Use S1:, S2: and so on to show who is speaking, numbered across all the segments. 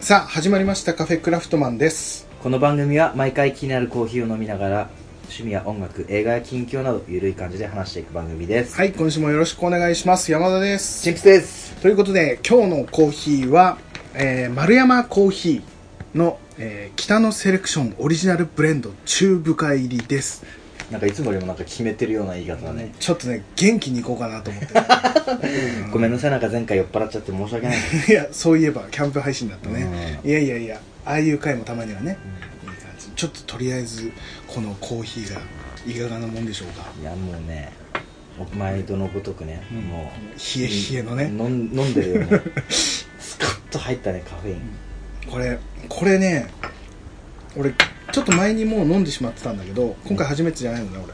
S1: さあ始まりましたカフェクラフトマンです
S2: この番組は毎回気になるコーヒーを飲みながら趣味や音楽映画や近況などゆるい感じで話していく番組です
S1: はい今週もよろしくお願いします山田です
S2: チンプスです
S1: ということで今日のコーヒーは、えー丸山コーヒーの、えー北のセレクションオリジナルブレンド中深入りです
S2: なんかいつもよりもなんか決めてるような言い方だね、
S1: ちょっとね元気にいこうかなと思って
S2: ごめんなさいなんか前回酔っ払っちゃって申し訳ない
S1: いやそういえばキャンプ配信だったね、いやいやいやああいう回もたまにはね、いい感じちょっととりあえずこのコーヒーがいかがなもんでしょうか
S2: いやもうねお前とのごとくね、
S1: ん
S2: もう
S1: 冷え冷えのね
S2: 飲ん飲んでるよ ねスカッと入ったねカフェイン、
S1: これこれね俺ちょっと前にもう飲んでしまってたんだけど今回初めてじゃないのね俺
S2: めっ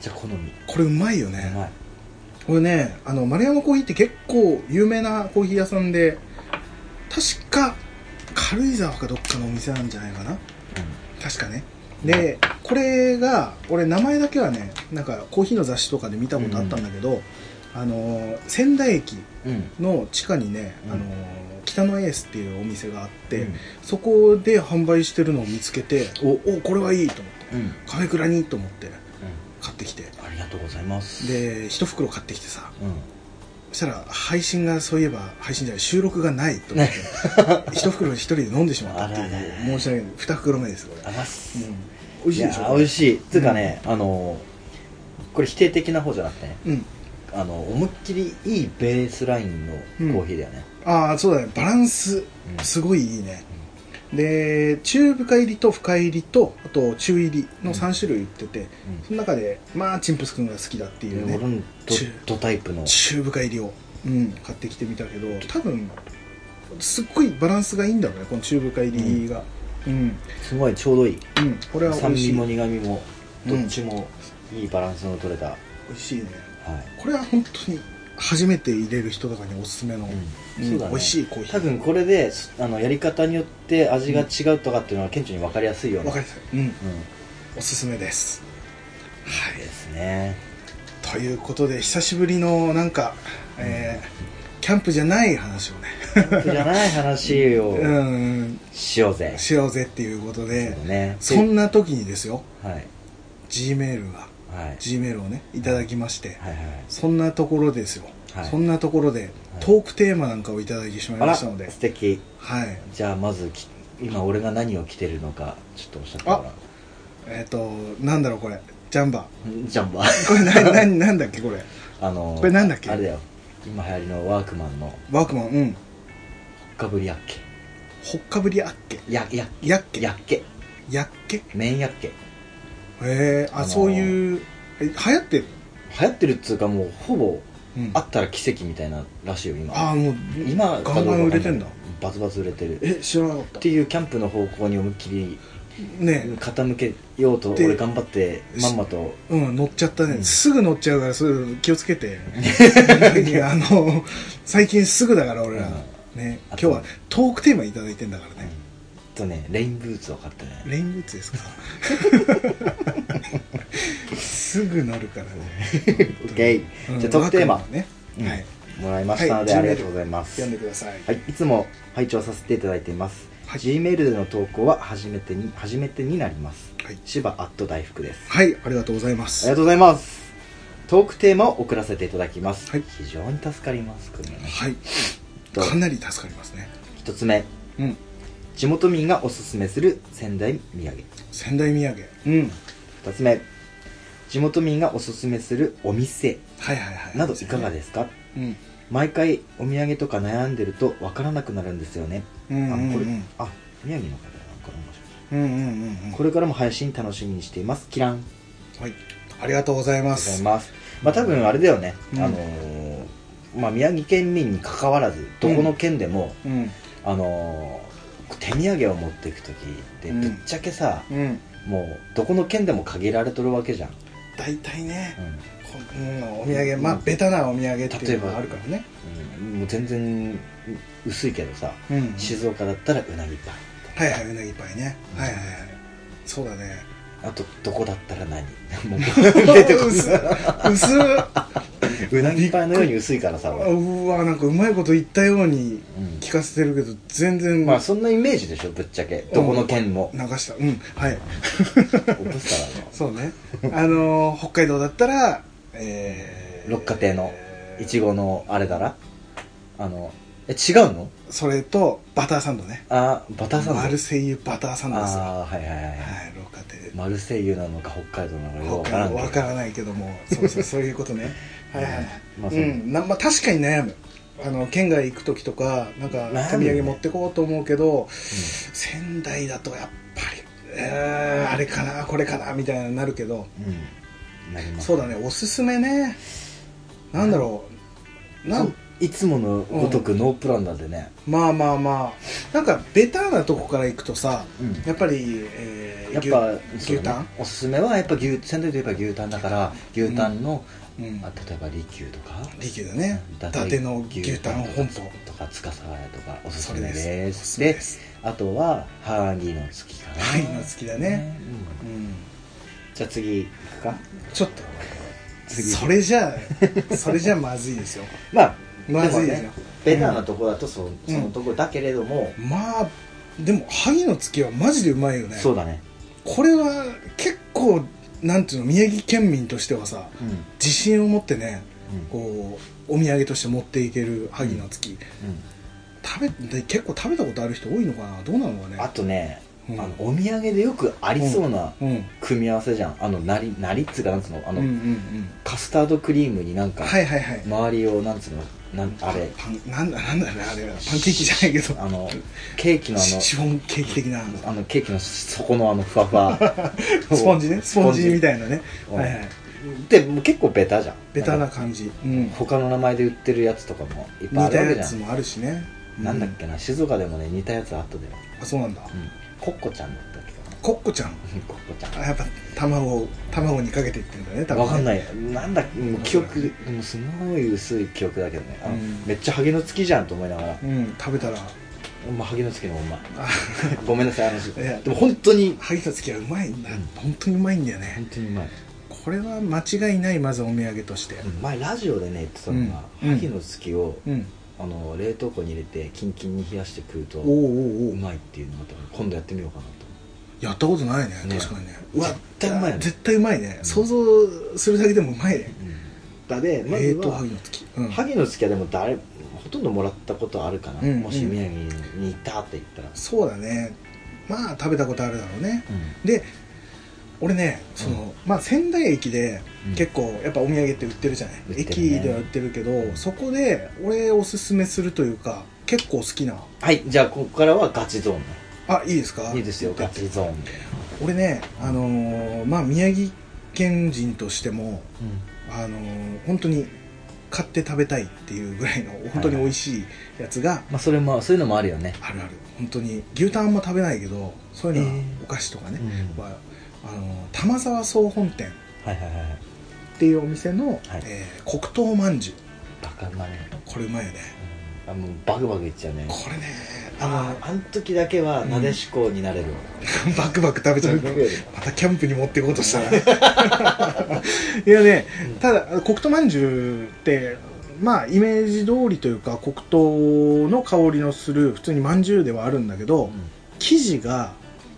S2: ちゃ好みう
S1: これうまいよね
S2: まい
S1: これねあの丸山コーヒーって結構有名なコーヒー屋さんで確か軽井沢かどっかのお店なんじゃないかな確かねでこれが俺名前だけはねなんかコーヒーの雑誌とかで見たことあったんだけど、あのー仙台駅
S2: うん、うん
S1: の地下にね、
S2: うん
S1: あのー北のエースっていうお店があって、
S2: うん
S1: そこで販売してるのを見つけておおこれはいいと思って
S2: うんうん
S1: カフェクラにと思って買ってきて
S2: ありがとうございます
S1: で一袋買ってきてさ
S2: う
S1: そしたら配信がそういえば配信じゃない収録がないと思って 一袋一人で飲んでしまったってい
S2: あららら
S1: う申し訳ない二袋目ですこれ、
S2: ん甘す、
S1: うん、美味しいでし
S2: や
S1: ょ
S2: ー美味しいつうかね、あのーこれ否定的な方じゃなくてね
S1: うん
S2: あの思いっきりいいベースラインのコーヒーだよね、
S1: ああそうだねバランス
S2: うん
S1: すごいいいね、で中深入りと深入りとあと中入りの3種類売ってて、その中でまあチンプス君が好きだっていう
S2: 俺
S1: ね
S2: のド
S1: 中
S2: ドタイプの
S1: 中深入りを、うん、買ってきてみたけど多分すっごいバランスがいいんだろうねこの中深入りがうん、
S2: すごいちょうどいい
S1: うんこれは美
S2: 酸
S1: 味しい
S2: 味も
S1: 美
S2: 苦味も
S1: うん
S2: どっちもいいバランスの取れた、は
S1: 味しいね
S2: い
S1: これは本当に初めて入れる人とかにおすすめの、うん
S2: そうだね、
S1: 美味しいコーヒー
S2: 多分これであのやり方によって味が違うとかっていうのは顕著に分かりやすいよね
S1: わかりやすい、うん、
S2: う
S1: おすすめですはい
S2: んで すね
S1: ということで久しぶりのなんか、えーキャンプじゃない話をね
S2: じゃない話を
S1: うん
S2: しようぜ、
S1: しようぜっていうことで
S2: そうね
S1: そんな時にですよ
S2: はい、
S1: G メールが
S2: はい
S1: G メールをねいただきまして
S2: はいはい
S1: そんなところですよ、
S2: はい
S1: そんなところでトークテーマなんかをいただいてしまい
S2: あ
S1: ま
S2: ら
S1: したので
S2: 素敵
S1: はい
S2: じゃあまずき今俺が何を着てるのかちょっとおっしゃって
S1: あ
S2: もらう
S1: えっ、となんだろうこれジャンバ
S2: ジャンバ
S1: ー
S2: ー
S1: こ れな何なんだっけこれ
S2: あのー
S1: これなんだっけ
S2: あれだよ今流行りのワークマンの
S1: ワークマンうん
S2: ガブリやっけ
S1: ほっかぶりあっけ
S2: やや
S1: やっけ
S2: やっけ
S1: やっけへ
S2: 麺やっけ
S1: えあ、
S2: あのー
S1: そういうえ流行ってる
S2: 流行ってるっつうかもうほぼ
S1: うん
S2: あったら奇跡みたいならしいよ今
S1: ああもう
S2: 今かどうか
S1: ガンガン売れてんだ
S2: わかないバツバツ売れてる
S1: え知らなかっ
S2: っていうキャンプの方向に思いっきり
S1: たね
S2: 傾けようと
S1: で
S2: 俺頑張ってまんまと
S1: えうん乗っちゃったね、
S2: うん
S1: すぐ乗っちゃうからそれ気をつけ ていや あの最近すぐだから俺ら、ね今
S2: あ
S1: 日
S2: と
S1: はトークテーマいただいてんだからね、
S2: えっとねレインブーツを買ってね
S1: レインブーツ ですかすぐ乗るからね
S2: オッケ
S1: う
S2: ー
S1: ん
S2: じゃあトークテー
S1: ワ
S2: マ
S1: クワクね、
S2: うん
S1: はい
S2: もらいましたので
S1: はい
S2: ありがとうございます
S1: 読んでください、
S2: はい、いつも拝聴させていただいています、
S1: はい
S2: G メールでの投稿は初めてに初めてになります
S1: はい
S2: 芝アット大福ですあ
S1: はい、ありがとうございま
S2: り
S1: す
S2: がとうございますトークテーマを送らせていただきます、
S1: はい
S2: 非常に助かりますこれね
S1: はい
S2: と
S1: かなり助かりますね
S2: 一つ目
S1: うん
S2: 地元民がおすすめする仙台土産
S1: 仙台土産うん
S2: 二つ目地元民がおすすめするお店
S1: はいはいはい
S2: などいかがですか
S1: うん
S2: 毎回お土産とか悩んでるとわからなくなるんですよね、
S1: うんうんうん
S2: あこれあ宮城の方なのかなもしかして
S1: うんうんうんうん
S2: これからも配信楽しみにしていますキラン
S1: はい、あ
S2: ありがと
S1: りがとうございま
S2: うござい
S1: す。
S2: ますまあ多分あれだよね、
S1: うん
S2: あのーまあ、宮城県民に関わらずどこの県でも、
S1: うん、
S2: あのー手土産を持っていく時って
S1: うん
S2: ぶっちゃけさ、
S1: うん、
S2: もうどこの県でも限られとるわけじゃん、
S1: 大体ね、
S2: うん
S1: こうん、お土産、まあ、ベタなお土産っていうの
S2: 例え
S1: が
S2: ば
S1: あるからね。
S2: うんもう全然薄いけどさ、
S1: うん
S2: 静岡だったらうなぎパイ
S1: はいはい、うなぎパイね。
S2: うん
S1: はいはいはい。そうだ ね。
S2: あとどこだったら何もう出てこ
S1: 薄っ薄っ
S2: うなぎパイのように薄いからさ、俺
S1: うわなんかうまいこと言ったように
S2: うん
S1: 聞かせてるけど全然
S2: まあ
S1: 流
S2: そんなイメージでしょぶっちゃけどこの 県も
S1: したうんはい
S2: 落としたら
S1: そう ねあのー北海道だったらえー、
S2: 六花亭のいち
S1: ご
S2: ごのあれだらあのえ違うの
S1: それとバターサンドね
S2: あバターサンド
S1: マルセイユバターサンドですよは
S2: ああーはいはいはい、
S1: い六花亭
S2: マルセイユなのか北海道なのかよくわ
S1: 北
S2: か
S1: 海道わから
S2: らんけど
S1: ないけどもそうそうそういうことねはいはいはい、
S2: まあ そううん
S1: なまあ、確かに悩むあの県外行く時とかなんか
S2: むね
S1: 手土産持ってこうと思うけど、仙台だとやっぱり、えーあれかなこれかなみたいになるけど、
S2: うんなります
S1: そうだねおすすめねなんだろうな
S2: そ
S1: ん
S2: ういつものごとくノープランなんでね
S1: まあまあまあなんかベターなとこから行くとさ、
S2: うん
S1: やっぱり、えー
S2: やっぱ
S1: 牛
S2: そう
S1: 牛
S2: だ
S1: タ
S2: ね
S1: ン、
S2: おすすめはやっぱ牛仙台といえば牛タンだから牛タンの、
S1: うん
S2: あ例えば利休とか
S1: 利休だね
S2: うん
S1: 伊達の牛タン本舗
S2: とか司屋とかおすす
S1: それで
S2: めですす
S1: おすすめです
S2: あとはハーギの月かな
S1: ハーギの月だね
S2: うん
S1: うん
S2: じゃあ次行くか
S1: ちょっと
S2: 次
S1: それじゃあそれじゃまずいですよ
S2: まあ
S1: まずいです
S2: で
S1: よ
S2: もねベターなとこだとそ,、そのとこだけれども、
S1: まあでも萩の月はマジでうまいよね
S2: そうだね
S1: これは結構なんていうの宮城県民としてはさ
S2: うんうん
S1: 自信を持ってねこうお土産として持っていける萩の月、食べで結構食べたことある人多いのかなどうなのかね
S2: あとね、
S1: うん
S2: あのお土産でよくありそうな
S1: うんうん
S2: 組み合わせじゃんあのなりなりっつうかなんつうのあ
S1: うん
S2: の、
S1: うん
S2: カスタードクリームになんか
S1: はいはいはい
S2: 周りをなんつうのなんあれ
S1: パンなんだなんだねあれはパンケーキじゃないけど
S2: あのケーキのあ
S1: シシフォンケーキ的な
S2: のあのケーキの底のあのふわふわ
S1: スポンジねスポンジみ
S2: い
S1: たいなね
S2: うん
S1: はいはい
S2: でもう結構ベタじゃん
S1: ベタ
S2: な
S1: なん
S2: か
S1: 感じうん
S2: 他の名前で売ってるやつとかもいっぱい
S1: 似
S2: ある
S1: た
S2: わけ
S1: や
S2: じ
S1: つ
S2: ゃん
S1: もあるしね
S2: なんだっけな静岡でもね似たやつあったで、
S1: あそうなんだ
S2: うん、コッコちゃんだったっけかな
S1: コッコちゃん
S2: うんコッコちゃん
S1: あやっぱ卵を卵にかけていってんだね多分ね
S2: わかんないなんだもう記憶でもすごい薄い記憶だけどねあの、
S1: うん
S2: めっちゃハゲの月じゃんと思いながら、
S1: うん食べたら
S2: まあ、ハゲの月のお前
S1: あ
S2: ごめんなさい話
S1: いや
S2: でも本当に
S1: 萩の月はうまいんだ
S2: うん
S1: 本当にうまいんだよね
S2: 本当にうまい、
S1: これは間違いないまずお土産として
S2: 前ラジオでね言ってたのが
S1: うん
S2: ハゲの月を、
S1: うん
S2: あの冷凍庫に入れてキンキンに冷やして食うと
S1: おうおう
S2: う
S1: おう
S2: まいっていうのがあったから今度やってみようかなと
S1: やったことないね
S2: ね
S1: 確かにね
S2: 絶対うまいよね
S1: 絶対うまいね想像するだけでもうまいね
S2: 思う、だでまず
S1: 冷凍
S2: は
S1: 萩の月うん
S2: 萩の月はでも誰ほとんどもらったことあるかな、
S1: うん
S2: もし宮城にいたって言ったら、
S1: そうだねまあ食べたことあるだろうねで俺ねその、まあ、仙台駅で
S2: うん
S1: 結構やっぱお土産って売ってるじゃない、
S2: 売ってるね
S1: 駅では売ってるけどそこで俺おすすめするというか結構好きな
S2: はいじゃあここからはガチゾーンね
S1: あいいですか
S2: いいですよガチゾーンで、
S1: 俺ねあのーまあ宮城県人としてもあのー本当に買って食べたいっていうぐらいの本当に美味しいやつが
S2: まあそれもそういうのもあるよね、
S1: あるある本当に牛タンあんま食べないけどそういうのは
S2: えー
S1: お菓子とかね、
S2: うん
S1: はあのー玉沢総本店
S2: はいはいはいはい
S1: っていうお店の、
S2: はい
S1: えー黒糖まんじゅう
S2: バカうまね、
S1: これうまいよね
S2: うんあもうバクバクいっちゃうね
S1: これね
S2: あ
S1: あ
S2: あん時だけはなでしこになれる、
S1: の バクバク食べちゃう
S2: バクバク
S1: またキャンプに持っていこうとしたら いやね
S2: うん
S1: ただ黒糖まんじゅうってまあイメージ通りというか黒糖の香りのする普通にまんじゅうではあるんだけど、
S2: うん
S1: 生地が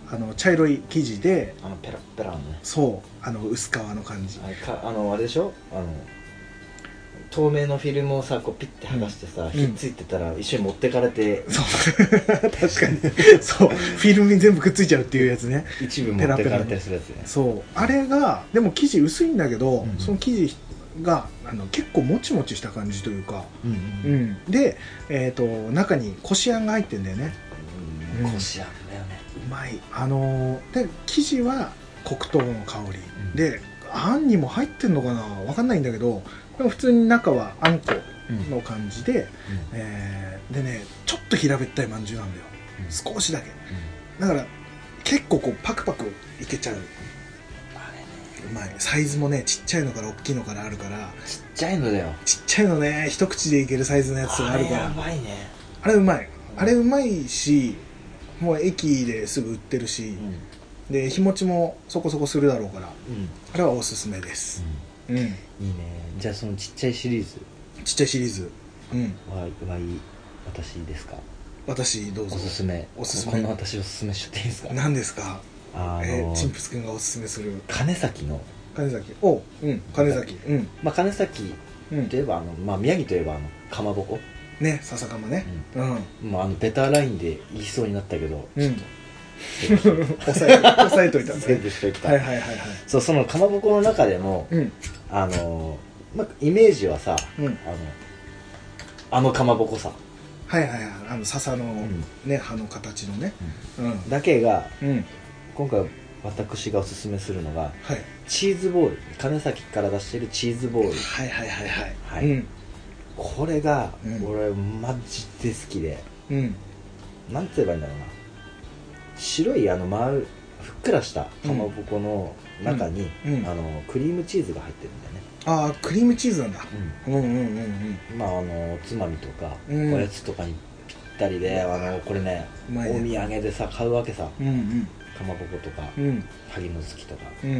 S1: あの茶色い生地で
S2: あのペラッペラのね
S1: そうあの薄皮の感じ
S2: あれかあのあれでしょあの透明のフィルムをさこうピッて剥がしてさ、
S1: ん
S2: ひっついてたら一緒に持ってかれて、
S1: そう 確かにそうフィルムに全部くっついちゃうっていうやつね
S2: 一部持ってかれたりするやつね
S1: そうあれがでも生地薄いんだけど、
S2: うん
S1: その生地があの結構もちもちした感じというか、
S2: うん
S1: う
S2: うん
S1: ん、で、えー、と中にこしあんが入ってんだよね
S2: うんこしあんだよね
S1: うまいあのーで生地は黒糖の香り、
S2: うん
S1: であんにも入ってんのかなわかんないんだけどでも普通に中はあんこの感じで、えーでねちょっと平べったいまんじゅうなんだよ
S2: うん
S1: 少しだけだから結構こうパクパクいけちゃう
S2: あれね
S1: うまいサイズもねちっちゃいのから大きいのからあるから
S2: ちっちゃいのだよ
S1: ちっちゃいのね一口でいけるサイズのやつがあ
S2: あ
S1: る
S2: れ
S1: から
S2: や
S1: あれ
S2: ばいね
S1: うまいあれうまいしもう駅ですぐ売ってるし、
S2: うん
S1: で日持ちもそこそこするだろうから
S2: うん
S1: あれはおすすめです、うん
S2: いいねじゃあそのちっちゃいシリーズ
S1: ちっちゃいシリーズうん
S2: ははい私ですか
S1: 私どうぞ
S2: おすすめ
S1: おすすめ
S2: こんな私おすすめしちゃっていいですか
S1: 何ですか
S2: あ
S1: えー、
S2: の
S1: チンプス君がおすすめする
S2: 金崎の、
S1: 金崎おううん金崎うん
S2: まあ、金崎
S1: うん
S2: といえばあの、まあ、宮城といえばあのかまぼこ、
S1: ね笹かまねうん、
S2: まあ、あのベターラインで言いそうになったけど、
S1: うん
S2: ちょ っと
S1: 押さえ 押さえといたんだ
S2: セー
S1: ね
S2: ブしておきた、
S1: はいいはいはいはい
S2: そうそのかまぼこの中でも
S1: うん
S2: あの、まあ、イメージはさ
S1: うん
S2: あのあのかまぼこさ、
S1: はいはいはいあの笹の
S2: ん
S1: ね葉の形のねうん
S2: だけが
S1: うん
S2: 今回私がおすすめするのが
S1: はい
S2: チーズボール金崎から出してるチーズボール
S1: はいはいはいはい
S2: はい
S1: うん
S2: これが
S1: うん
S2: 俺マジで好きで、
S1: うん
S2: なんて言えばいいんだろうな白いあの丸ふっくらしたかまぼこの中に、
S1: うんうん
S2: あのクリームチーズが入ってるんだよね、
S1: ああクリームチーズなんだうんうんうんうん
S2: まああのおつまみとか、
S1: うん
S2: おやつとかにぴったりであのこれね
S1: う
S2: お
S1: まい
S2: 土
S1: ね
S2: 産でさ買うわけさ
S1: うん
S2: かまぼことか
S1: うんうん
S2: 萩の月とか
S1: うん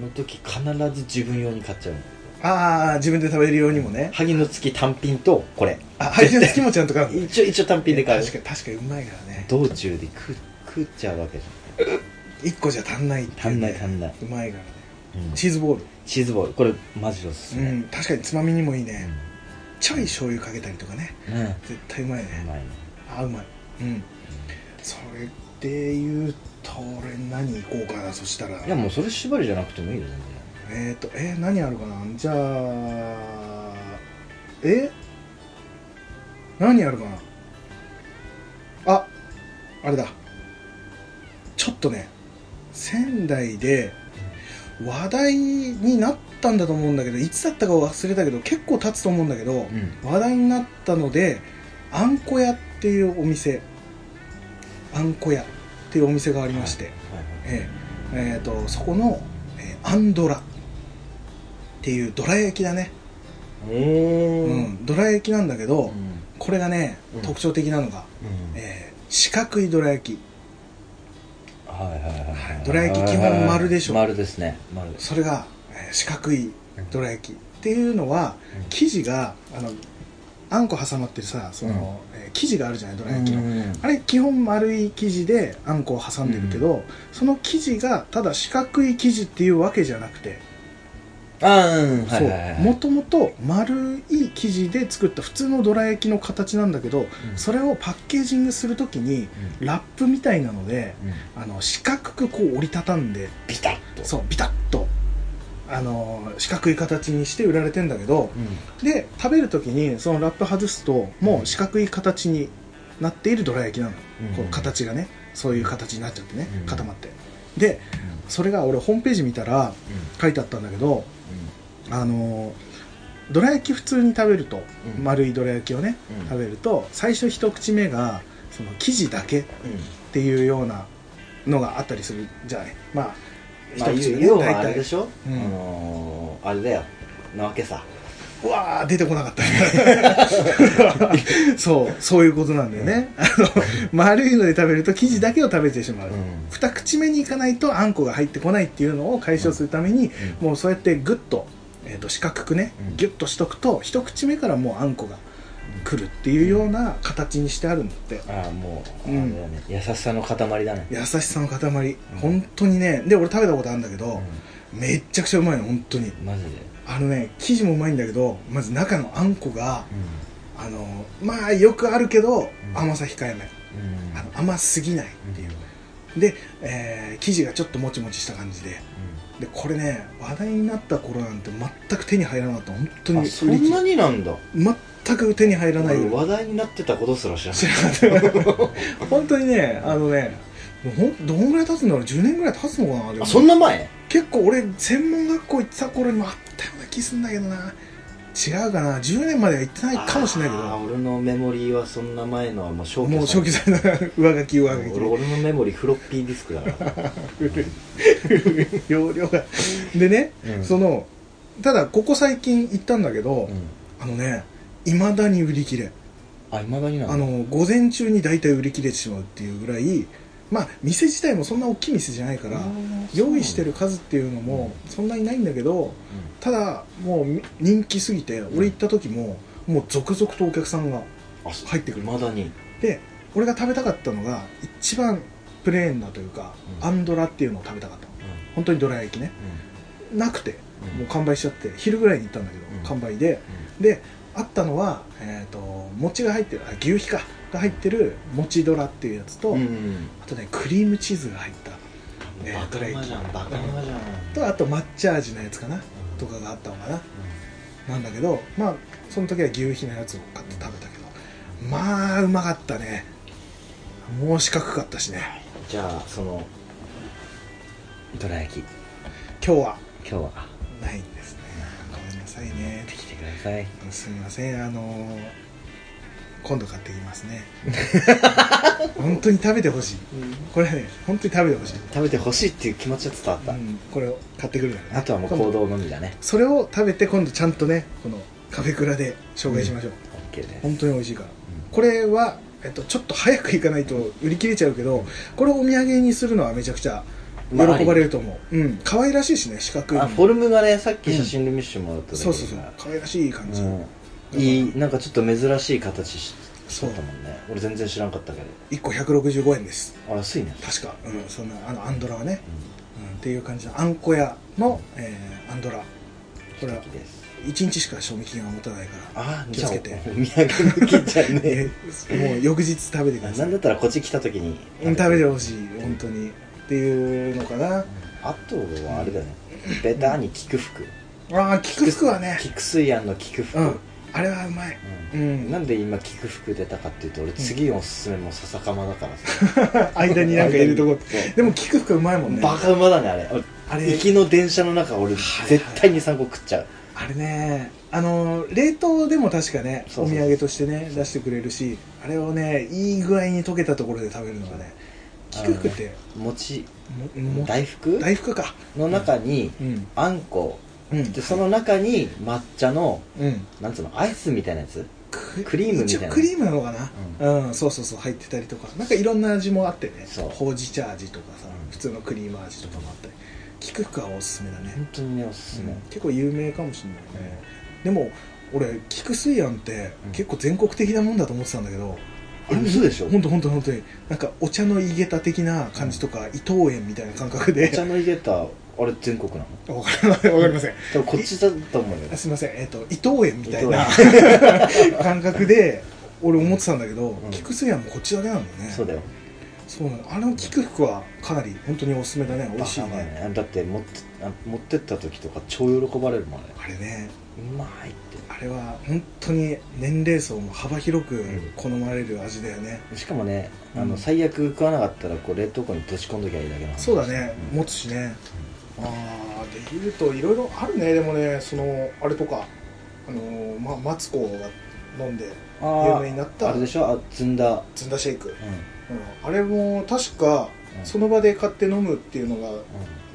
S2: の時必ず自分用に買っちゃうの
S1: ああ自分で食べるようにもね
S2: 萩の月単品とこれ
S1: あ配信の月もちゃんと買うんだ
S2: 一応一応単品で買う
S1: 確かに確かにうまいからね
S2: 道中で食う食っちゃうわけじ
S1: 一個じゃ足んないっていう
S2: 足んな
S1: ね
S2: い足んないう
S1: まいからね
S2: ゃん、うんチ
S1: チーズボール
S2: ーズボールこれマジでおすすめ、
S1: うん確かにつまみにもいいね
S2: う
S1: ちょい醤油かけたりとかね
S2: んね
S1: 絶対うまいうね
S2: まいね
S1: あうまいうんそれで言うと俺何行こうかなそしたら
S2: いやもうそれ縛りじゃなくてもいいよ全
S1: えっ、ー、とえー、何あるかなじゃあえ何あるかなああれだちょっとね仙台で話題になったんだと思うんだけどいつだったか忘れたけど結構経つと思うんだけど、
S2: 然
S1: 話題になったのであんこ屋っていうお店あんこ屋っていうお店がありまして、
S2: はいはい
S1: えええーとそこの、えーアンドラっていうどら焼きだね、
S2: おー
S1: う
S2: うん
S1: ん、どら焼きなんだけど、
S2: うん
S1: これがね、
S2: うん
S1: 特徴的なのが、えー四角いどら焼き
S2: はいはいはいはい
S1: どら焼き基本丸でしょ
S2: 丸ですね丸です
S1: それが、えー四角いどら焼きっていうのは
S2: うん
S1: 生地があのあんこ挟まってるさその、えー生地があるじゃないどら焼きの、あれ基本丸い生地であんこを挟んでるけど、その生地がただ四角い生地っていうわけじゃなくて
S2: あーうんはいはいはい
S1: もともと丸い生地で作った普通のどら焼きの形なんだけど、
S2: うん
S1: それをパッケージングするときに
S2: う
S1: ラップみたいなので
S2: んうん
S1: あの四角くこう折りたたんで
S2: ビタッと
S1: そうビタッとあの四角い形にして売られてんだけど
S2: うん
S1: で食べるときにそのラップ外すともう四角い形になっているどら焼きなの、
S2: うん
S1: この形がねそういう形になっちゃってね、
S2: うん
S1: 固まってでそれが俺ホームページ見たら書いてあったんだけどあのどら焼き普通に食べると、
S2: うん
S1: 丸いどら焼きをね、
S2: うん
S1: 食べると最初一口目がその生地だけっ
S2: うんうん
S1: ていうようなのがあったりするじゃないまあ
S2: まあ
S1: 一口目ね
S2: 要はあれでしょ
S1: う
S2: あ
S1: ん
S2: のーあれだよなわけさ
S1: うわー出てこなかったね そうそういうことなんだよね、あの丸いので食べると生地だけを食べてしまう、
S2: うん
S1: 二口目に行かないとあんこが入ってこないっていうのを解消するために、
S2: うん
S1: もうそうやってグッと,、えー、と四角くね、
S2: うん
S1: ギュッとしとくと一口目からもうあんこが来るっていうような形にしてあるんだって
S2: ああもう
S1: うん
S2: あれだね優しさの塊だね
S1: 優しさの塊、本当にねで俺食べたことあるんだけど、めっちゃくちゃうまいの本当に
S2: マジで
S1: あのね生地もうまいんだけどまず中のあんこが、あのまあよくあるけど、
S2: うん
S1: 甘さ控えめ
S2: うん
S1: あの甘すぎないっていう、で、えー生地がちょっともちもちした感じででこれね話題になった頃なんて全く手に入らなかった本当に
S2: あそんなになんだ
S1: 全く手に入らない
S2: 俺話題になってたことすら知ら
S1: 知
S2: ない
S1: らなかった 本当にねあのねほんどんぐらい経つんだろう10年ぐらい経つのかなでも
S2: あそんな前
S1: 結構俺専門学校行ってた頃にもあったような気すんだけどな違うかな10年までは行ってないかもしれないけ
S2: あー
S1: ど
S2: 俺のメモリーはそんな前のはもう消去
S1: もう消去
S2: さ
S1: された 上書き上
S2: れ
S1: 書き
S2: 俺俺のメモリーフロッピーディスクだから
S1: 容量がでね、
S2: うん
S1: そのただここ最近行ったんだけど、
S2: うん
S1: あのねいまだに売り切れ
S2: あいまだにな
S1: あの午前中に大体売り切れてしまうっていうぐらいまあ店自体もそんな大きい店じゃないから用意して
S2: る、
S1: る数っていうのもそんなにないんだけどただもうみ人気すぎて俺行った時ももう続々とお客さんが
S2: うんあそう
S1: 入ってくる
S2: まだに
S1: で俺が食べたかったのが一番プレーンなというか、
S2: うん
S1: アンドラっていうのを食べたかったの本当にどら焼きねなくて
S2: うんうん
S1: もう完売しちゃって昼ぐらいに行ったんだけど、
S2: うん
S1: 完売でであったのは、えー、と餅が入ってるあ牛皮かが入ってる餅ドラっていうやつと、
S2: うんうん
S1: あとねクリームチーズが入ったえー
S2: バカうまじゃんバカうまじゃん
S1: とあと抹茶味のやつかな
S2: うん
S1: とかがあったのかななんだけどまあその時は牛皮のやつを買って食べたけどまあうまかったねもう四角かったしね
S2: じゃあそのどら焼き
S1: 今日は
S2: 今日は
S1: ないんですねごめんなさいね
S2: できてください
S1: すみませんあのー今度買ってきます ね本当に食べてほしいこれね本当に食べてほしい、
S2: 食べてほしいっていう気持ちは伝わっ
S1: う
S2: た、
S1: ん、これを買ってくるからね
S2: あとはもう
S1: 今度
S2: 行動のみだね
S1: それを食べて今度ちゃんとねこのカフェクラで紹介しましょう、
S2: OK です
S1: 本当に美味しいから、これは、えっと、ちょっと早く行かないと売り切れちゃうけどこれをお土産にするのはめちゃくちゃ喜ばれると思う、うん可愛らしいしね四角い
S2: あフォルムがねさっき写真で見せてもらっただけ
S1: そう
S2: だ
S1: そうそう
S2: から
S1: 可愛らしい感じ、
S2: うんいいなんかちょっと珍しい形し
S1: そう
S2: だったもんね俺全然知らんかったけど
S1: 1個165円です
S2: あ安いね
S1: 確か、うん、そんなあのアンドラはね、うん、っていう感じのあんこ屋の、えーアンドラこれは
S2: 素敵です
S1: 1日しか賞味期限は持たないから
S2: ああ
S1: 気をつけて
S2: お土産抜きじゃね
S1: えーもう翌日食べてくだ
S2: え
S1: さ
S2: ないんだったらこっち来た時に
S1: うん食べてほしい本当にっていうのかな
S2: あとはあれだよねベターに菊服
S1: ああ菊服はね
S2: 菊水庵の菊服、
S1: うんあれはうまい
S2: うん
S1: うん
S2: なんで今菊服出たかっていうと俺次のおすすめも笹かまだからさ
S1: 間になんか入れるとこ
S2: そう
S1: でも菊服うまいもんね
S2: バカ馬だねあれ俺
S1: あれ
S2: 行きの電車の中俺
S1: はい
S2: 絶対に3個食っちゃう
S1: あれねあの冷凍でも確かね
S2: そ
S1: お
S2: うそう
S1: 土産としてね出してくれるしあれをねいい具合に溶けたところで食べるのがね菊服って
S2: 餅
S1: もも
S2: 大福
S1: 大福か
S2: の中に
S1: うん
S2: あんこ
S1: うん
S2: でその中に抹茶の
S1: うん
S2: なんつうのアイスみたいなやつ
S1: ク
S2: クリームみたいな
S1: 一応クリームなのかなうん、そうそうそう入ってたりとかなんかいろんな味もあってね
S2: そう
S1: ほうじ茶味とかさ、
S2: うん
S1: 普通のクリーム味とかもあったり菊服はおすすめだね、
S2: 本当にねおすすめ、
S1: うん結構有名かもしれないね、でも俺菊水庵って
S2: うん
S1: 結構全国的なもんだと思ってたんだけど、
S2: あれ嘘でしょ
S1: ほんとほんとほんとになんかお茶の井桁的な感じとか、伊藤園みたいな感覚で
S2: お茶の入れたあれ全国なの
S1: わかりませんわかりません
S2: 多分こっちだと思うよ
S1: あすいません、えっと伊藤園みたいな 感覚で俺思ってたんだけど、
S2: ん
S1: 菊水庵もこっちだけなんだね
S2: そうだよ
S1: そうなのあの菊服はかなり本当におすすめだね美味しいね
S2: バカだねだって持ってあ持ってった時とか超喜ばれるもんあれ
S1: あれね
S2: うまいって
S1: あれは本当に年齢層も幅広く好まれる味だよね、
S2: しかもね、あ
S1: うん
S2: の最悪食わなかったらこう冷凍庫にぶち込んどきゃいいだけなの
S1: そうだね、持つしね、ああで言うといろいろあるねでもねそのあれとかあのーまマツコが飲んで
S2: あ
S1: 有
S2: ー
S1: 名になった
S2: あれでしょあずんだ、
S1: ずんだシェイク、うん
S2: うんうん
S1: あれも確か
S2: うん
S1: その場で買って飲むっていうのが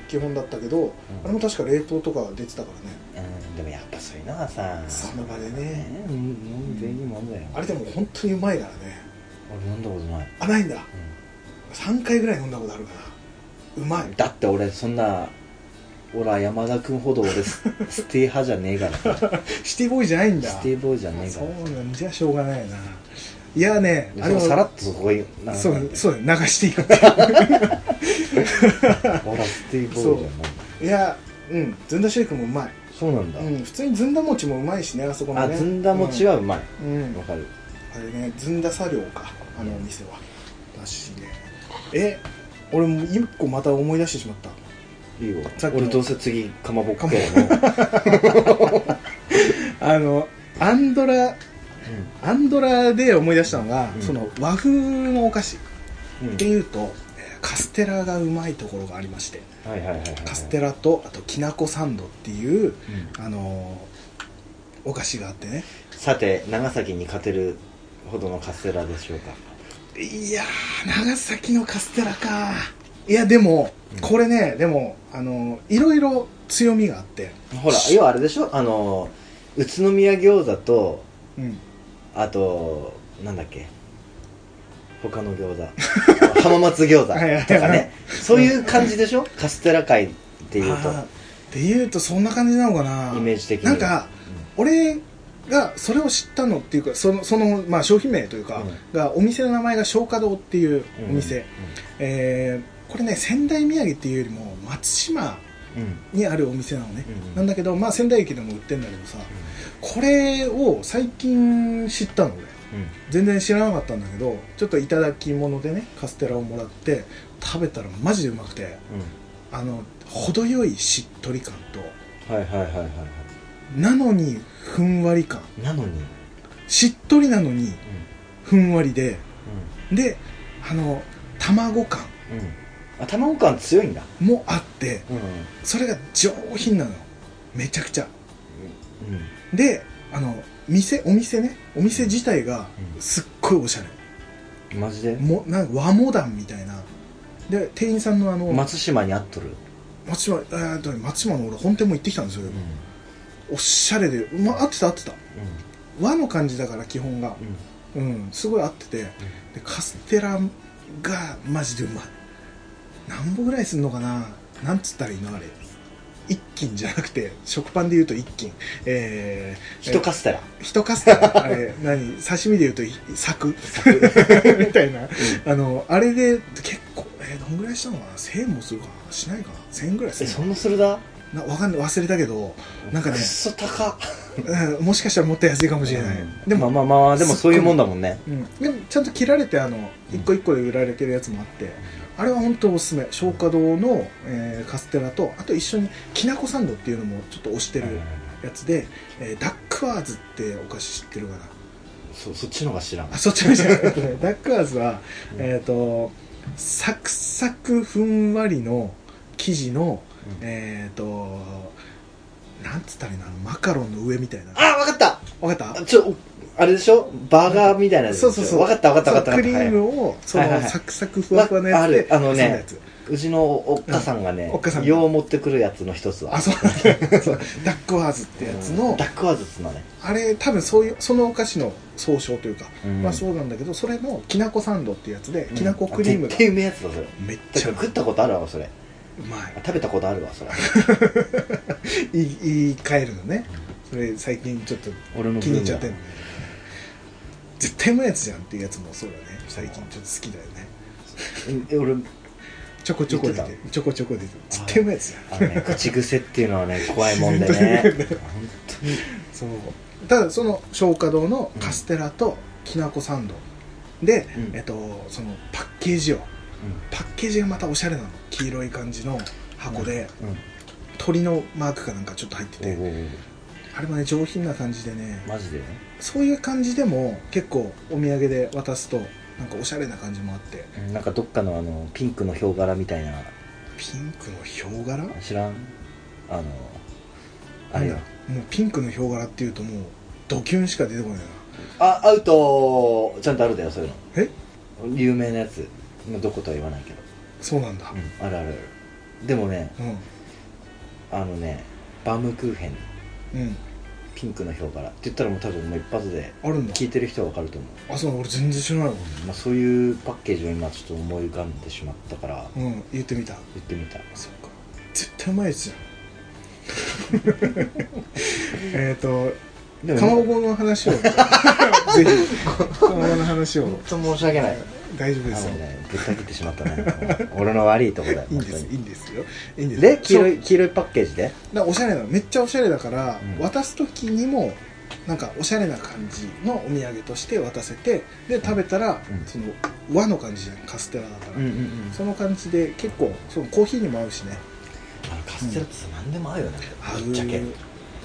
S1: 基本だったけど、あれも確か冷凍とか出てたからね
S2: うんでもやっぱそういうのはさ
S1: その場でね
S2: ねうん飲んでいいもんだよ
S1: あれでも本当にうまいからね
S2: 俺飲んだことない、
S1: あないんだ3回ぐらい飲んだことあるかなうまい
S2: だって俺そんなほら山田君ほ ど俺スステイ派じゃねえからさ
S1: シティボーイじゃないんだ
S2: ステイボーイじゃねえ
S1: そ
S2: か
S1: う
S2: ら
S1: なんじゃしょうがないないやね
S2: で
S1: あれも
S2: さらっとそこになんか
S1: そうそうだよ流していく
S2: ほらステイボーイじゃない
S1: いやうんずんだシェイクもうまい、
S2: そうなんだ、
S1: うん、普通にずんだ餅もうまいしねあそこの
S2: あ
S1: ね
S2: ずんだ餅はうまいわ、
S1: うん、うん
S2: かる
S1: あれねずんだ作業かあのお店はだしねえ俺も一個また思い出してしまった
S2: いいよ
S1: さっきの
S2: 俺どうせ次かまぼっけ やも
S1: あのアンドラアンドラで思い出したのが、
S2: うん
S1: その和風のお菓子
S2: うん、うん
S1: でいうと、えーカステラがうまいところがありまして
S2: はいはいはいはい
S1: カステラとあときなこサンドっていう
S2: うん
S1: あのーお菓子があってね
S2: さて長崎に勝てるほどのカステラでしょうか
S1: いやー長崎のカステラかいやでも、
S2: うん
S1: これねでもあのーいろいろ強みがあって
S2: ほら要はあれでしょあの宇都宮餃子と
S1: うん
S2: あとなんだっけ他の餃 子浜松餃子とか
S1: はいはいは
S2: ね
S1: い
S2: そういう感じでしょカステラ界っていうと
S1: あーっていうとそんな感じなのかな
S2: イメージ的には
S1: なんか、俺がそれを知ったのっていうかそのその、まあ、商品名というか、
S2: うん
S1: がお店の名前が松花堂っていう
S2: うん
S1: お店、えーこれね仙台土産っていうよりも松島
S2: うんうん
S1: にあるお店なのね、
S2: うん
S1: なんだけど、まあ、仙台駅でも売ってんだけどさ、これを最近知ったの俺
S2: うん
S1: 全然知らなかったんだけどちょっといただき物でねカステラをもらって食べたらマジでうまくてあの程よいしっとり感と
S2: うんはいはいはいはいは
S1: なのにふんわり感
S2: いなのにうん
S1: しっとりなのにふんわりでであの卵感
S2: うんうんあ卵感強いんだ
S1: もあって
S2: うん
S1: それが上品なのよめちゃくちゃ
S2: うん
S1: であの店お店ねお店自体が
S2: うん
S1: すっごいおしゃれ
S2: マジで
S1: もなんか和モダンみたいなで店員さんのあの
S2: 松島に合っとる
S1: 松島えーっと松島の俺本店も行ってきたんですよ、おしゃれで、ま、合ってた合ってた和の感じだから基本が
S2: うんうん
S1: うんすごい合ってて、でカステラがマジでうまい何本ぐらいすんのかななんつったらいいのあれ一斤じゃなくて食パンで言うと一斤えー、
S2: 一カステラ
S1: えー一カステラあれ何刺身で言うとい柵 みたいな、あのあれで結構えー、どんぐらいしたのかな1000円もするかなしないかな1000円ぐらいす
S2: え
S1: る
S2: そんなするだ
S1: なわかんない忘れたけどなんかね
S2: くっそ高っ
S1: うんもしかしたらもっと安いかもしれない、
S2: で
S1: で
S2: も
S1: も、
S2: まあまあまあでもそういうもんだもんね
S1: うん、でもちゃんと切られてあの一個一個で売られてるやつもあってあれは本当おすすめ松花堂の、えーカステラとあと一緒にきなこサンドっていうのもちょっと推してるやつで、えーダックワーズってお菓子知ってるかな
S2: そそっちのが知らん
S1: あそっちの じゃなかったねダックワーズは、えっ、とサクサクふんわりの生地の、えっ、となんつったらいいのあのマカロンの上みたいな
S2: あわかった
S1: わかった
S2: あちょあれでしょバーガーみたいなやつでし
S1: そ
S2: ょ
S1: うそうそう
S2: わかったわかったわかった
S1: そうクリー
S2: はい
S1: ムをその、
S2: はいはいはい
S1: サクサクふわふわのやつで
S2: わあるあ
S1: 挟
S2: のね
S1: んだやつ
S2: うちのおっかさんが
S1: う
S2: ね
S1: んおっかさんが
S2: よう持ってくるやつの一つは
S1: あそうなん だそうダックワーズってやつの、
S2: ダックワーズっつうのね
S1: あれ多分そういうそのお菓子の総称というか、
S2: うん
S1: まあそうなんだけどそれのきなこサンドってやつで、
S2: うん
S1: きなこクリームが
S2: あ絶対うめえやつだそれ
S1: めっ
S2: 確
S1: ちゃ
S2: か
S1: う
S2: 食ったことあるわそれ
S1: ま
S2: あ食べたことあるわそれ
S1: い言い言い換えるのねそれ最近ちょっと
S2: 俺の
S1: 気に入っちゃってるのね絶対うまいやつじゃんっていうやつもそうだね最近ちょっと好きだよね
S2: え俺
S1: ちょこちょこ出て
S2: 言って
S1: ちょこちょこ出て絶対うまいやつじゃん
S2: あ のね口癖っていうの はね怖いもんでね本当に
S1: そうただその松花堂のカステラときなこサンドで、
S2: うん
S1: えっと、そのパッケージをパッケージがまたおしゃれなの黄色い感じの箱で、
S2: うんうん
S1: 鳥のマークかなんかちょっと入って
S2: おう
S1: て
S2: おうおう
S1: あれもね上品な感じでね
S2: マジでね
S1: そういう感じでも結構お土産で渡すとなんかおしゃれな感じもあって
S2: なんかどっかのあのピンクのヒョウ柄みたいな
S1: ピンクのヒョウ柄
S2: 知らんあのあれよ
S1: なんだもうピンクのヒョウ柄っていうともうドキュンしか出てこないな
S2: あアウトちゃんとあるだよそういう
S1: え
S2: の有名なやつまあどことは言わないけど、
S1: そうなんだ
S2: あるあるあるでもね
S1: うん
S2: あのねバームクーヘン
S1: うん
S2: ピンクのヒョウ柄って言ったらもう多分もう一発で
S1: あるんだ
S2: 聞いてる人は分かると思う、
S1: あそう俺全然知らないわ
S2: まあ、そういうパッケージを今ちょっと思い浮かんでしまったから
S1: うん言ってみた
S2: 言ってみた
S1: そっか絶対うまいや つじゃんえっと
S2: で
S1: かま
S2: も
S1: ぼこの 話をぜひかまぼこの話を
S2: 本当申し訳ない
S1: 大丈夫
S2: あ
S1: で
S2: の
S1: すよ
S2: ねぶった切ってしまったね 俺の悪いとこだよ
S1: いいん
S2: 本
S1: で
S2: 当
S1: すいい
S2: に
S1: んですよいいんですよ
S2: で黄色
S1: そう
S2: い黄色いパッケージで
S1: だからおしゃれなのめっちゃおしゃれだから、
S2: うん
S1: 渡す時にもなんかおしゃれな感じのお土産として渡せてで食べたら、
S2: うん
S1: その和の感じじゃんカステラだから、
S2: うんうん
S1: その感じで結構そのコーヒーにも合うしね
S2: あのカステラってさ、何でも合うよね
S1: 合う
S2: ぶっちゃけ
S1: う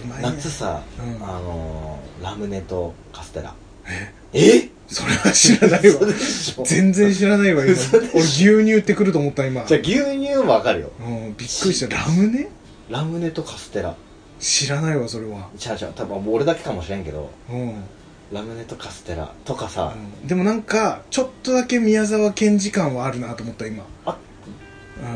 S1: まいね
S2: 夏さ、
S1: うん
S2: あのーラムネとカステラ
S1: え
S2: え
S1: それは知らないわ
S2: 嘘でしょ
S1: 全然知らないわ今
S2: 嘘で
S1: 俺牛乳ってくると思った今
S2: じゃあ牛乳もわかるよ
S1: うんびっくりしたラムネ
S2: ラムネとカステラ
S1: 知らないわそれは
S2: ちゃうちゃう多分俺だけかもしれんけど
S1: うん、
S2: ラムネとカステラとかさ、
S1: でもなんかちょっとだけ宮沢賢治感はあるなと思った今、
S2: あ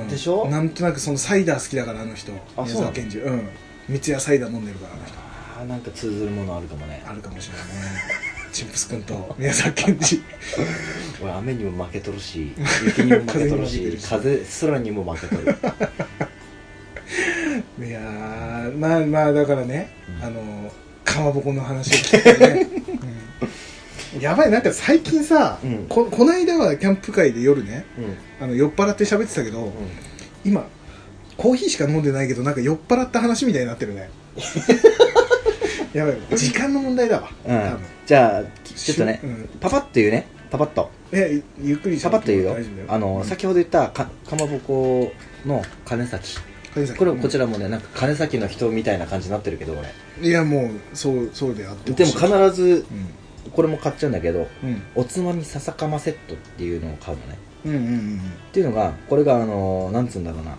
S1: うん、
S2: でしょ
S1: なんとなくそのサイダー好きだからあの人
S2: あ
S1: 宮
S2: そう
S1: 沢
S2: なの
S1: 賢治うん三ツ矢サイダー飲んでるからあの人
S2: あーなんか通ずるものあるかもね
S1: あるかもしれないねチンプス君 と宮沢賢治
S2: 俺雨にも負けとる し雪にも負けとるし風空にも負けとる
S1: いやーまあまあだからね、
S2: うん
S1: あのかまぼこの話を聞いてね、うんやばいなんか最近さ、
S2: うん
S1: ここの間はキャンプ会で夜ね
S2: うんうん
S1: あの酔っ払って喋ってたけど、今コーヒーしか飲んでないけどなんか酔っ払った話みたいになってる ねやばい時間の問題だわ、
S2: うん
S1: 多分
S2: じゃあきちょっとね
S1: うん
S2: パパッと言うねパパッと
S1: えゆっくり
S2: パパッと言うよ
S1: 大丈夫だ
S2: あの先ほど言ったかかまぼこの金崎これこち
S1: ら、
S2: らもねなんか金崎の人みたいな感じになってるけど俺
S1: いやもうそうそうであって
S2: でも必ず
S1: うん
S2: これも買っちゃうんだけど
S1: うん
S2: おつまみささかまセットっていうのを買うのね
S1: うんうんうん
S2: っていうのがこれがあのなんつうんだろうな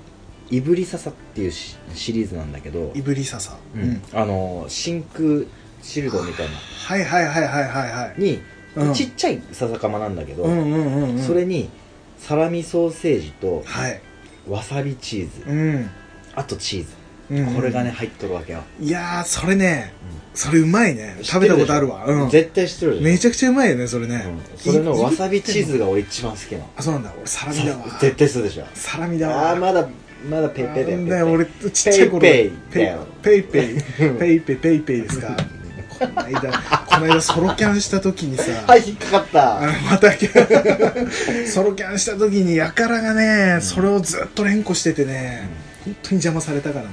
S2: いぶりささっていうシシリーズなんだけど
S1: いぶりささ、
S2: うんあの真空シルドみたいな
S1: はいはいはいはいはいはい
S2: に、
S1: うん
S2: ちっちゃいささかまなんだけど、
S1: うんうんうんうん
S2: それにサラミソーセージと
S1: はい
S2: わさびチーズ、
S1: うん、
S2: あとチーズ、
S1: うん、
S2: これがね入っとるわけよ、
S1: いやーそれね
S2: う
S1: それうまいね
S2: ん
S1: 食べたことあるわうん
S2: 絶対知ってるでしょ
S1: めちゃくちゃうまいよねそれね、
S2: うんそれのわさびチーズが俺一番好きなの
S1: あそうなんだ俺サラミだわ
S2: さ絶対そうでしょ
S1: サラミだわ
S2: ああーまだまだペイペイだ
S1: な
S2: よ
S1: んだよ
S2: ペイペ
S1: 俺
S2: イ
S1: ちっちゃい頃
S2: ペイペイだよ
S1: ペイペイペイペイペイペイペイですかこの間この間ソロキャンした時にさ、
S2: はい引っかかっ
S1: あ
S2: た
S1: のまたソロキャンした時にやからがね、それをずっと連呼しててね、本当に邪魔されたからね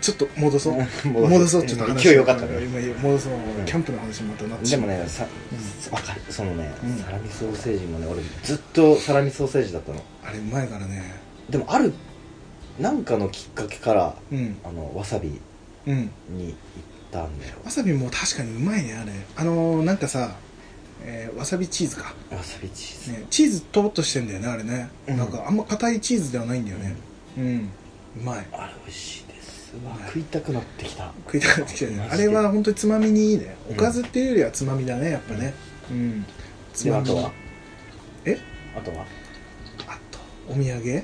S1: ちょっと戻そう
S2: 戻そう
S1: 戻そうちょっと話
S2: 勢いよかったね
S1: 今戻そう
S2: うん
S1: キャンプの話またなっち
S2: で
S1: ゃう
S2: もねさ、
S1: う
S2: わかるそのね、
S1: うん
S2: サラミソーセージもね俺ずっとサラミソーセージだったの
S1: あれうまいからね
S2: でもあるなんかのきっかけから
S1: うん
S2: あのわさび
S1: うん
S2: に行ったんだよ
S1: わさびも確かにうまいねあれあのーなんかさ、えーわさびチーズか、
S2: わさびチーズ、
S1: ね、チーズとろっとしてんだよねあれね、
S2: うん
S1: なんかあんま硬いチーズではないんだよねうん、うまい
S2: あれ美味しいですうわ食いたくなってきた
S1: 食いたくなってきたよね
S2: マ
S1: あ
S2: ジで
S1: れは本当につまみにいいね
S2: う
S1: お
S2: ん
S1: かずっていうよりはつまみだねやっぱねうんつ
S2: で
S1: ま
S2: あ
S1: み
S2: とは
S1: え
S2: あとは
S1: あとお土産
S2: う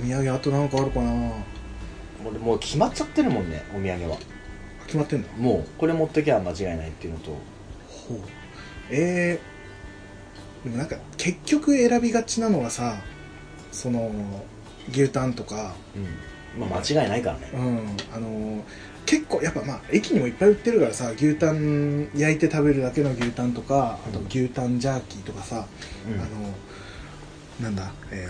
S1: お土産あとなんかあるかなん
S2: 俺もう決まっちゃってるもんねお土産は
S1: 決まってんだ
S2: もうこれ持ってきゃ間違いないっていうのと
S1: ほうえー、でもなんか結局選びがちなのはさその牛タンとか
S2: うんまあ間違いないからね
S1: うんあのー結構やっぱまあ駅にもいっぱい売ってるからさ牛タン焼いて食べるだけの牛タンとかあと牛タンジャーキーとかさ、
S2: うん
S1: あのなんだえ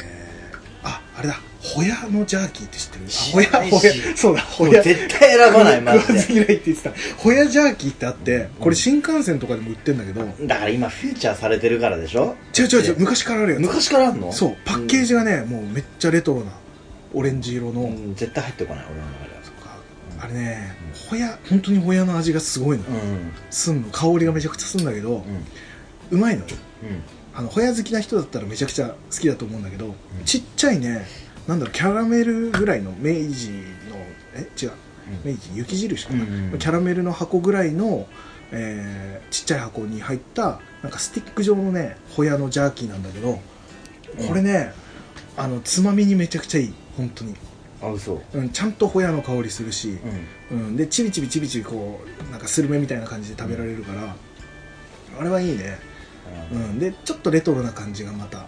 S1: ー、ああれだホヤのジャーキーって知ってるあホ
S2: 知ら
S1: ヤ
S2: ない
S1: ホ
S2: し
S1: ヤそうだホ
S2: もう
S1: ヤ
S2: 絶対選ばないマジ
S1: 食わず
S2: で
S1: 嫌いって言ってたホヤジャーキーってあってこ
S2: うん
S1: れ新幹線とかでも売ってんだけど、違
S2: だから今フューチャーされてるからでしょ
S1: う違う違う昔からあるよ
S2: 昔からあんの
S1: そうパッケージがね、もうめっちゃレトロなオレンジ色の、
S2: うんうん絶対入ってこない俺の中では
S1: とかあれねホヤ本当にホヤの味がすごいのよ、
S2: う
S1: すんの香りがめちゃくちゃすんだけど、うん
S2: うん
S1: まいのよ
S2: うん
S1: あのホヤ好きな人だったらめちゃくちゃ好きだと思うんだけど、
S2: ん
S1: ちっちゃいねなんだろうキャラメルぐらいの明治のえ違う明治雪印かな、
S2: うんうん
S1: キャラメルの箱ぐらいの、えーちっちゃい箱に入ったなんかスティック状のねホヤのジャーキーなんだけどこれね、あのつまみにめちゃくちゃいい本当に、
S2: あ嘘
S1: うん、ちゃんとホヤの香りするし、
S2: う
S1: うん、でチビチビチビチビこうなんかスルメみたいな感じで食べられるから、あれはいいね、うんん、でちょっとレトロな感じがまた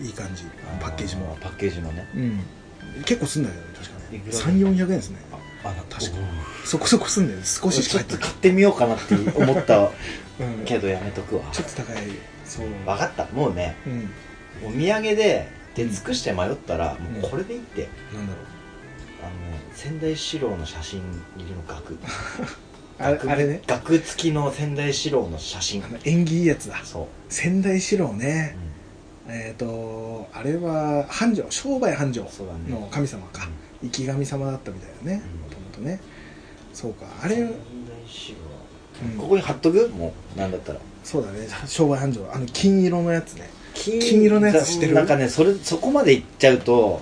S1: いい感じパッケージも
S2: あ、パッケージもね
S1: うん、結構すんだよね確か
S2: い
S1: ね
S2: くら
S1: 3400円ですね
S2: ああ確
S1: 確かにそこそこすんだよね少しし
S2: ち
S1: か入
S2: ょっ
S1: って
S2: と
S1: ない
S2: 買ってみようかなって思った
S1: うん
S2: けどやめとくわ
S1: ちょっと高いそう
S2: 分かったもうね
S1: うん
S2: お土産で出尽くして迷ったらもうこれでいいって
S1: なんだろう
S2: あの仙台四郎の写真入りの額
S1: あれ
S2: 額
S1: あれね
S2: 額付きの仙台四郎の写真
S1: あの縁起いいやつだ
S2: そ
S1: 仙台四郎
S2: う、
S1: ねえっ、とあれは繁盛商売繁盛
S2: そうだね
S1: の神様か生き神様だったみたいだね
S2: うん
S1: もともとねそうかあ
S2: あ
S1: れ、う
S2: 仙台
S1: ん、
S2: 四郎ここに貼っとくもうなんだったら
S1: そうだね商売繁盛あの金色のやつね
S2: 金
S1: 金色のやつ知ってる
S2: なんかねそれそこまでいっちゃうと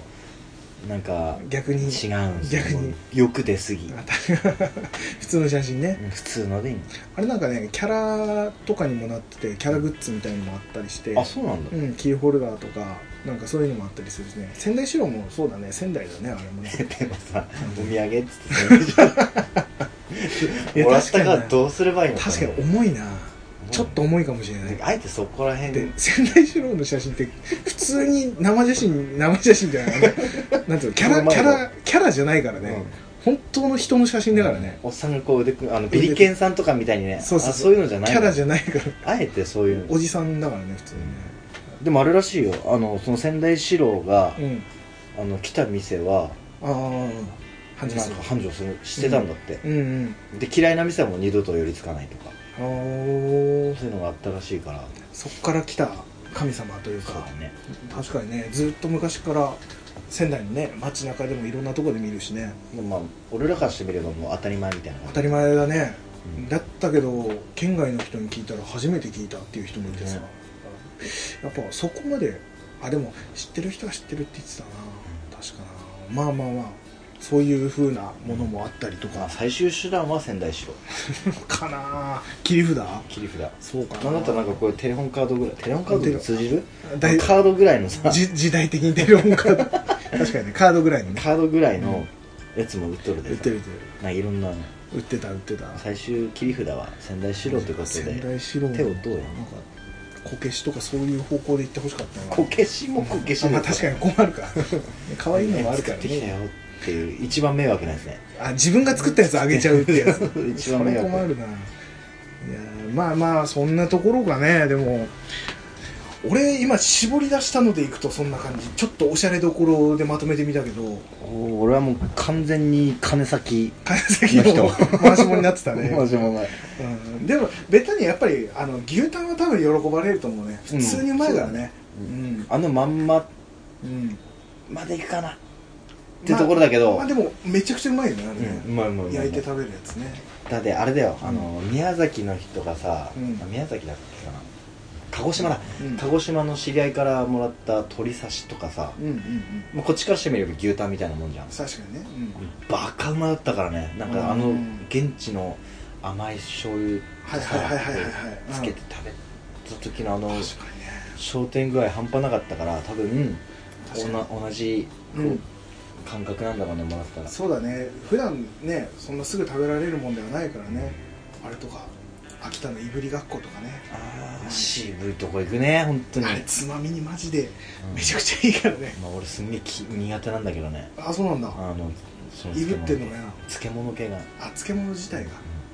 S2: なんか
S1: 逆に
S2: 違うんですよ
S1: 逆に
S2: 欲出すぎ
S1: あた普通の写真ね
S2: 普通のでいい
S1: あれなんかねキャラとかにもなっててキャラグッズみたいのもあったりして
S2: あそうなんだ
S1: うん、キーホルダーとかなんかそういうのもあったりするしね仙台四郎もそうだね仙台だねあれもね
S2: でもさお土産っつってもらったからどうすればいいの
S1: 確かに
S2: に
S1: 重いなちょっと重いかもしれない
S2: あえてそこら辺
S1: で仙台四郎の写真って普通に生写真生写真じゃないあのなんていうのキャラキャラキャラじゃないからね、
S2: うん
S1: 本当の人の写真だからね、
S2: おっさんがこう腕組むあのビリケンさんとかみたいにね
S1: そうそう
S2: あそういうのじゃない
S1: キャラじ
S2: ゃ
S1: ゃないから
S2: あえてそういう
S1: おじさんだからね普通にね
S2: でもあれらしいよあのその仙台四郎が、
S1: うん
S2: あの来た店は
S1: ああ
S2: なん
S1: 話する
S2: か繁盛するしてたんだって、
S1: うんうん
S2: で嫌いな店はもう二度と寄りつかないとか
S1: あー
S2: そういうのがあったらしいから
S1: そっから来た神様という
S2: そう
S1: か
S2: だね
S1: 確かにねずっと昔から仙台のね街中でもいろんなとこで見るしね
S2: でもまあ俺らからしてみればもう当たり前みたいな
S1: 当
S2: 感
S1: たり前だね、
S2: うん
S1: だったけど県外の人に聞いたら初めて聞いたっていう人もいてさ、
S2: ね
S1: やっぱそこまであでも知ってる人は知ってるって言ってたな確かなまあまあまあそういう風なものもあったりと
S2: まあ
S1: か、
S2: 最終手段は仙台四郎
S1: かな切り札
S2: 切り札
S1: そうか
S2: なんだったらなんかこういうテレホンカードぐらいテレホンカードで通じる
S1: だい
S2: カードぐらいの さ
S1: じ時代的に出る音カード確かにねカードぐらいのね
S2: カードぐらいのやつも売っとる
S1: 売
S2: で
S1: っ
S2: さ
S1: てる売ってる
S2: なんかいろんな
S1: 売ってた売ってた
S2: 最終切り札は仙台四郎ということ
S1: 仙
S2: で
S1: 台白
S2: 手をどうやる
S1: なんかこけしとかそういう方向で行ってほしかったな
S2: こけしもこけし
S1: あまあ確かに困るか可愛いのもあるから
S2: 作ってきた
S1: ね
S2: よっていう一番迷惑なやつね
S1: あ自分が作ったやつあげちゃうってやつ
S2: 一番迷惑
S1: それ困るないやーまあまあそんなところがねでも俺今絞り出したのでいくとそんな感じちょっとおしゃれどころでまとめてみたけど
S2: お俺はもう完全に金先
S1: 金崎の回しもになってたね、
S2: マジもない
S1: うん、でもベタにやっぱりあの牛タンは多分喜ばれると思うね普通にうまいからね
S2: う
S1: うん
S2: あのまんま
S1: うん
S2: までいくかなってところだけど、
S1: まあでもめちゃくちゃうまいよねあれね、
S2: うんうまいうまいうま
S1: 焼いて
S2: い
S1: 食べるやつね
S2: だってあれだよあの、宮崎の人がさ、
S1: うん
S2: あ宮崎だっけかな鹿児島だ、
S1: うん
S2: 鹿児島の知り合いからもらった鶏刺しとかさ、
S1: うんうんうん
S2: まあ、こっちからしてみれば牛タンみたいなもんじゃん
S1: 確かにね、うん、
S2: バカうまだったからねなん
S1: うん
S2: かあの現地の甘い醤油
S1: はいはいはいはいはいはい
S2: つけて食べた時のあの
S1: 確かにね
S2: 商店具合半端なかったから多分
S1: 確かに
S2: おな同じ
S1: うん
S2: 感覚なんだろうねもらったら
S1: そうだね普段ねそんなすぐ食べられるもんではないからね、あれとか秋田のいぶりがっことかね
S2: あー渋いとこ行くね本当に
S1: あれつまみにマジで
S2: うん
S1: めちゃくちゃいいからね、
S2: まあ、俺すんげえき苦手なんだけどね
S1: あそうなんだ
S2: あのその
S1: いぶ
S2: 漬
S1: って
S2: 物
S1: んのかな
S2: 漬物系が
S1: あ漬物自体が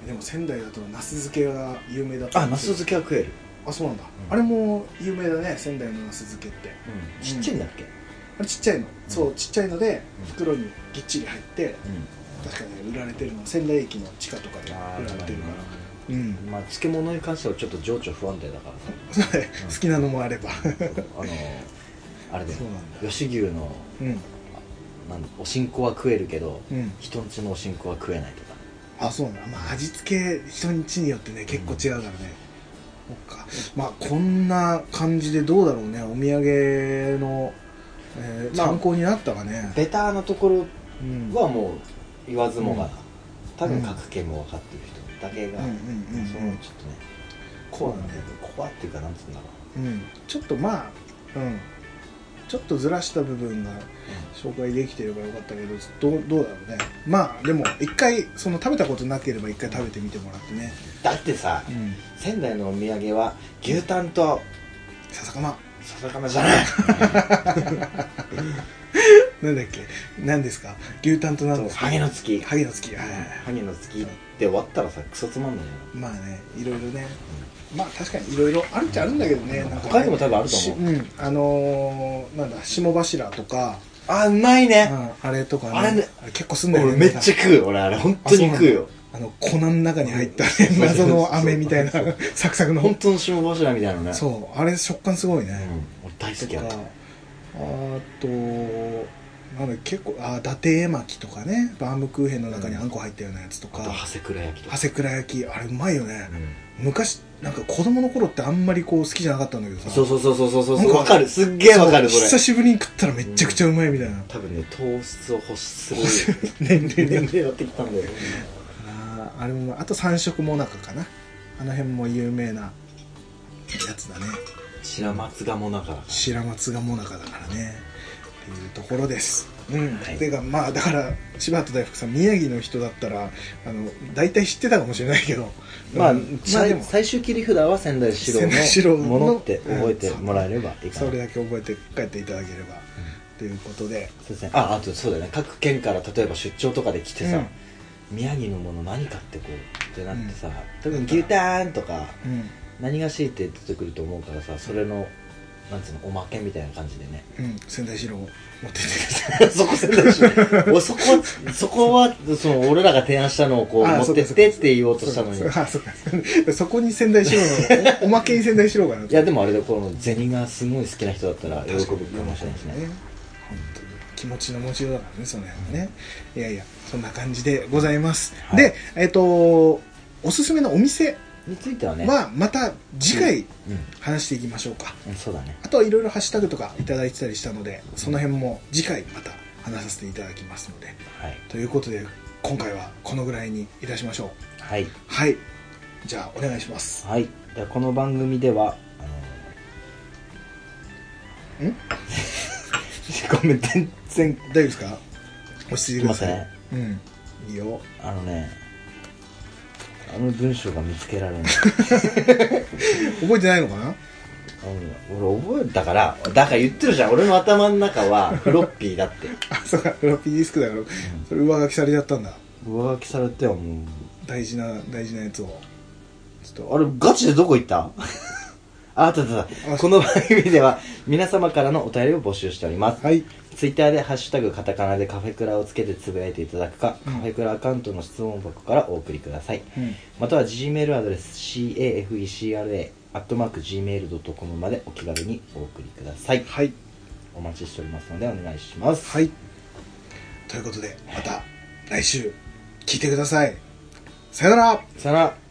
S1: でも仙台だと茄子漬けが有名だった
S2: あナス漬けは食える、
S1: あそうなんだ、
S2: うん
S1: あれも有名だね仙台の茄子漬けって
S2: ちっちゃいんだっけ、
S1: あれちっちゃいの、そうちっちゃいので
S2: うん
S1: 袋にぎっちり入って確かに売られてるの仙台駅の地下とかで
S2: ああ
S1: 売られてるからうん
S2: まあ漬物に関してはちょっと情緒不安定だからさ
S1: 好きなのもあればそう
S2: あのあれだよ
S1: なんだ
S2: 吉牛の
S1: うん
S2: なんおしんこは食えるけど、
S1: うん
S2: 人んちのおしんこは食えないとか
S1: あそうなんだ、まあ、味付け人にちによってね結構違うからね、そっかまあこんな感じでどうだろうねお土産の、えー
S2: まあ
S1: 参考になったかね、
S2: ベターなところ
S1: うん
S2: はもう言わずもがな、多
S1: う
S2: 分
S1: ん
S2: 各県も分かってる人だけが、
S1: うんうんうんうん
S2: そのちょっとねコアなねコアっていうかなんつうんだろ
S1: うん、ちょっとまあ、うん、ちょっとずらした部分が紹介できてればよかったけどどうどうだろうねまあでも一回その食べたことなければ一回食べてみてもらってね、
S2: うだってさ、
S1: うん、
S2: 仙台のお土産は牛タンと
S1: 笹かま
S2: 笹かまじゃない
S1: なんだっけ何ですか牛タンと何ですか
S2: ハゲの月
S1: ハゲの月はいはいはい
S2: ハゲの月って終わったらさクソつまんないよ
S1: まあねいろいろねまあ確かにいろいろあるっちゃあるんだけどねなんかね
S2: 他にも多分あると
S1: し
S2: 思う
S1: うんあのー、なんだ霜柱とか、
S2: あうまいうね、
S1: ん、あれとかね
S2: あれね
S1: 結構すんだよ
S2: 俺
S1: ね
S2: めっちゃ食う俺あれ本当に食うよ
S1: あの粉の中に入った、ね、謎の飴みたいな
S2: そう
S1: サクサクの
S2: 本当の霜柱みたいなのね
S1: そうあれ食感すごい
S2: うん
S1: ね、
S2: 俺大好
S1: と
S2: きや
S1: か
S2: った
S1: あとなんだ結構あ伊達絵巻とかねバームクーヘンの中にあんこ入ったようなやつと
S2: あと
S1: か、
S2: 長谷倉焼きと
S1: 長
S2: か
S1: 谷倉焼きあれうまいよね、
S2: う
S1: 昔なんか子供の頃ってあんまりこう好きじゃなかったんだけどさ
S2: んそうそうそうそうそうそう
S1: なんか
S2: わかるすっげえわか る
S1: そう
S2: そ
S1: 久
S2: れ
S1: しぶりに食ったらめちゃくちゃうまいみたいな、
S2: 多分ね糖質を欲する
S1: 年齢
S2: 年
S1: で
S2: 齢になってきたんだよ
S1: あーあれもあと三色もなかかなあの辺も有名なやつだね
S2: 白松がもなから
S1: 白松がもなかだからねっていうところですうん、
S2: はい
S1: ていうかまあだから柴田大福さん宮城の人だったらあの大体知ってたかもしれないけど、
S2: まあ、
S1: うんまあ
S2: さい
S1: でも
S2: 最終切り札は仙台四
S1: 仙台四郎
S2: 郎
S1: の
S2: のものって覚えてもらえればいいか
S1: そ
S2: な、
S1: れだけ覚えて帰っていただければ、ということで
S2: そうですねああとそうだよね各県から例えば出張とかで来てさ、宮城のもの何かってこうってなってさ、多分牛タンとか
S1: うん
S2: 何がしいって出てくると思うからさそれのなんつうのおまけみたいな感じでね
S1: うん仙台四郎持ってって
S2: そこ仙台市おそこそこはその俺らが提案したのをこう
S1: あ
S2: 持ってってって言おうとしたのに
S1: そうあそうかそうかそこに仙台四郎のおまけに仙台四郎かなと
S2: いやでもあれでこの銭がすごい好きな人だったら喜ぶ
S1: 確
S2: かもしれないですね
S1: 本当に気持ちの持ちようだからねその辺はねいやいやそんな感じでございます、
S2: はい
S1: でえっ、とおすすめのお店
S2: についてはね
S1: はまた次回
S2: う
S1: 話していきましょうか、
S2: んそうだね
S1: あとはいろいろハッシュタグとかいただいてたりしたのでその辺も次回また話させていただきますので
S2: はい
S1: ということで今回はこのぐらいにいたしましょう
S2: はい
S1: はいじゃあお願いします
S2: はい、ではこの番組ではあの
S1: ん
S2: ごめん全然
S1: 大丈夫ですか落ち着いてください、
S2: すいま
S1: うんいいよ
S2: あのねあの文章が見つけられない
S1: 覚えてないのかな
S2: あの俺覚えたからだから言ってるじゃん俺の頭の中はフロッピーだって、
S1: あそうかフロッピーディスクだからそれ上書きされちゃったんだ
S2: 上書きされてはもう
S1: 大事な大事なやつを
S2: ちょっとあれガチでどこ行った ああったあったあった
S1: あ
S2: この番組では皆様からのお便りを募集しております
S1: はい
S2: ツイッターで「ハッシュタグカタカナ」でカフェクラをつけてつぶやいていただくか、
S1: うん
S2: カフェクラアカウントの質問箱からお送りください、
S1: うん
S2: または G メールアドレス CAFECRA アットマーク Gmail.com までお気軽にお送りください
S1: はい
S2: お待ちしておりますのでお願いします
S1: はいということでまた来週聞いてくださいさよなら
S2: さよなら